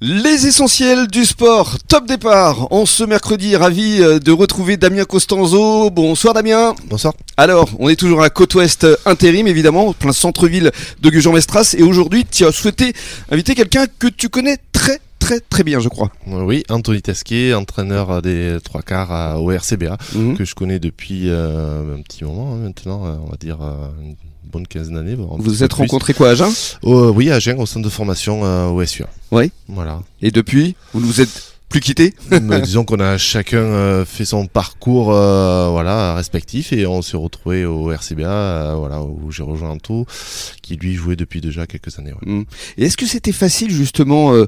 Les essentiels du sport, top départ. En ce mercredi, ravi euh, de retrouver Damien Costanzo. Bonsoir Damien. Bonsoir. Alors, on est toujours à Côte-Ouest euh, intérim, évidemment, en plein centre-ville de Gujan-Mestras. Et aujourd'hui, tu as souhaité inviter quelqu'un que tu connais très très très bien, je crois. Euh, Oui, Anthony Tasquet, entraîneur des trois quarts à- au RCBA, Mmh. que je connais depuis euh, un petit moment hein, maintenant, euh, on va dire euh, une bonne quinzaine d'années. voire un Vous petit vous êtes peu plus. rencontrés quoi à Agen Oh, euh, Oui, à Gien, au centre de formation euh, au SUA. Oui. Voilà. Et depuis, vous ne vous êtes plus quittés Mais disons qu'on a chacun euh, fait son parcours euh, voilà, respectif et on s'est retrouvé au RCBA, euh, voilà, où j'ai rejoint Anto, qui lui jouait depuis déjà quelques années. ouais. Et est-ce que c'était facile justement euh,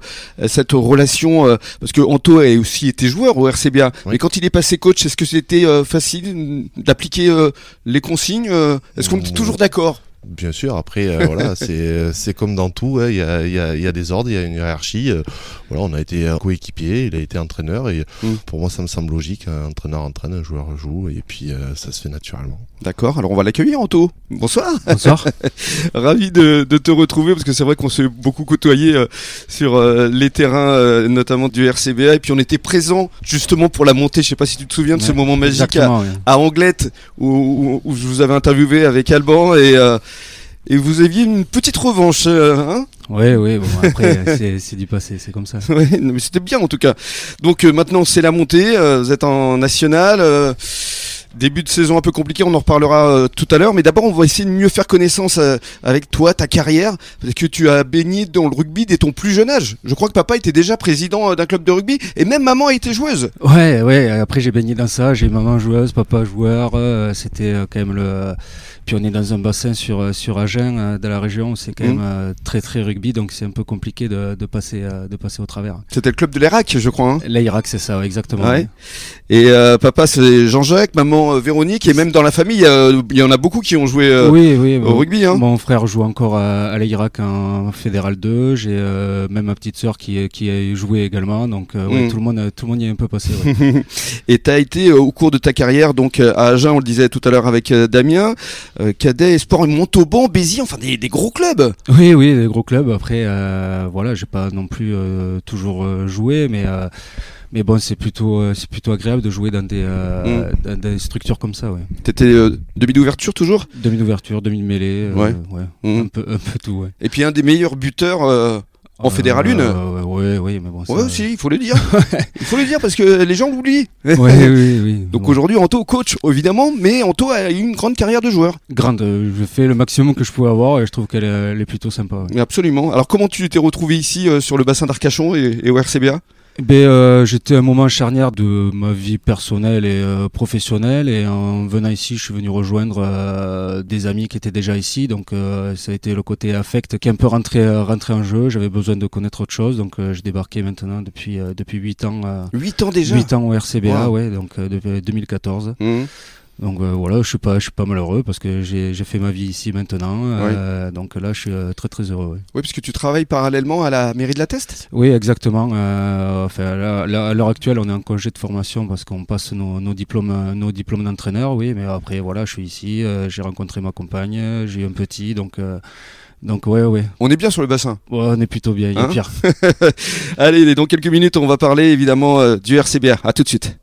cette relation euh, Parce que Anto a aussi été joueur au RCBA, Oui. mais quand il est passé coach, est-ce que c'était euh, facile d'appliquer euh, les consignes euh, Est-ce qu'on était Mm. toujours d'accord Bien sûr, après, euh, voilà, c'est euh, c'est comme dans tout, hein, il y, a, il y a- il y a des ordres, il y a une hiérarchie. euh, voilà, on a été euh, coéquipier, il a été entraîneur, et Mm. pour moi, ça me semble logique. Un entraîneur entraîne, un joueur joue, et puis euh, ça se fait naturellement. D'accord, alors on va l'accueillir Anto. Bonsoir Bonsoir. Ravi de, de te retrouver parce que c'est vrai qu'on s'est beaucoup côtoyé euh, sur euh, les terrains euh, notamment du RCBA et puis on était présent justement pour la montée, je sais pas si tu te souviens de ce Ouais, moment magique à, Exactement. oui. à Anglette où, où- où je vous avais interviewé avec Alban et, euh, et vous aviez une petite revanche. euh, hein Ouais, ouais. Bon, après, c'est- c'est du passé, c'est comme ça. Ouais, non, mais C'était bien en tout cas. Donc euh, maintenant c'est la montée, euh, vous êtes en national. euh, Début de saison un peu compliqué, on en reparlera euh, tout à l'heure, mais d'abord on va essayer de mieux faire connaissance euh, avec toi, ta carrière, parce que tu as baigné dans le rugby dès ton plus jeune âge. Je crois que papa était déjà président euh, d'un club de rugby, et même maman a été joueuse. Ouais, ouais. Après, j'ai baigné dans ça. J'ai maman joueuse, papa joueur. euh, C'était euh, quand même le. Puis on est dans un bassin sur euh, sur Agen, euh, dans la région. où C'est quand Mhm. même euh, très très rugby, donc c'est un peu compliqué de, de passer euh, de passer au travers. C'était le club de l'Irak, je crois. hein. L'Irak, c'est ça, ouais, exactement. Ouais. Et euh, papa c'est Jean-Jacques, maman euh, Véronique, et même dans la famille, euh, il y en a beaucoup qui ont joué euh, oui, oui. au bon. rugby. Hein. Mon frère joue encore à, à l'Irak en Fédéral 2. J'ai euh, même ma petite sœur qui, qui a joué également. Donc, euh, ouais, Mhm. tout, le monde, tout le monde y est un peu passé. ouais. Et tu as été euh, au cours de ta carrière donc euh, à Agen, on le disait tout à l'heure avec euh, Damien, euh, Cadet, Espoir, Montauban, Béziers, enfin des, des gros clubs. Oui, oui, des gros clubs. Après, euh, voilà, j'ai pas non plus euh, toujours euh, joué, mais euh, mais bon, c'est plutôt euh, c'est plutôt agréable de jouer dans des euh, Mm. dans des structures comme ça, ouais. T'étais euh, demi d'ouverture toujours Demi d'ouverture, demi de mêlée, euh, Ouais. Mm. un peu un peu tout, ouais. Et puis un des meilleurs buteurs euh, En Fédéral une euh, Ouais, ouais, mais bon. ça- Ouais aussi, il faut le dire. il faut le dire parce que les gens l'oublient. Ouais, oui, oui. Donc bon. aujourd'hui Anto coach évidemment, mais Anto a eu une grande carrière de joueur. grande, euh, je fais le maximum que je pouvais avoir et je trouve qu'elle euh, elle est plutôt sympa. ouais. Absolument. Alors comment tu t'es retrouvé ici euh, sur le bassin d'Arcachon et, et au RCBA Ben, euh, j'étais à un moment charnière de ma vie personnelle et euh, professionnelle et en venant ici, je suis venu rejoindre euh, des amis qui étaient déjà ici, donc euh, ça a été le côté affect qui est un peu rentré, euh, rentré en jeu. J'avais besoin de connaître autre chose, donc euh, je débarquais maintenant depuis euh, depuis huit ans, euh, 8 ans déjà. huit ans au RCBA, Wow. ouais, donc euh, depuis 2014. Mhm. Donc euh, voilà, je suis pas je suis pas malheureux parce que j'ai j'ai fait ma vie ici maintenant, euh, donc là je suis euh, très très heureux. ouais. Oui, parce que tu travailles parallèlement à la mairie de la Teste. Oui, exactement. Euh, enfin, là, là, à l'heure actuelle, on est en congé de formation parce qu'on passe nos, nos diplômes, euh, nos diplômes d'entraîneur. Oui, mais après, voilà, je suis ici. euh, j'ai rencontré ma compagne. euh, J'ai eu un petit, donc, euh, donc ouais, ouais, ouais, On est bien sur le bassin. on est plutôt bien. Il y a Hein pire. Allez, dans quelques minutes, on va parler évidemment euh, du RCBA. À tout de suite.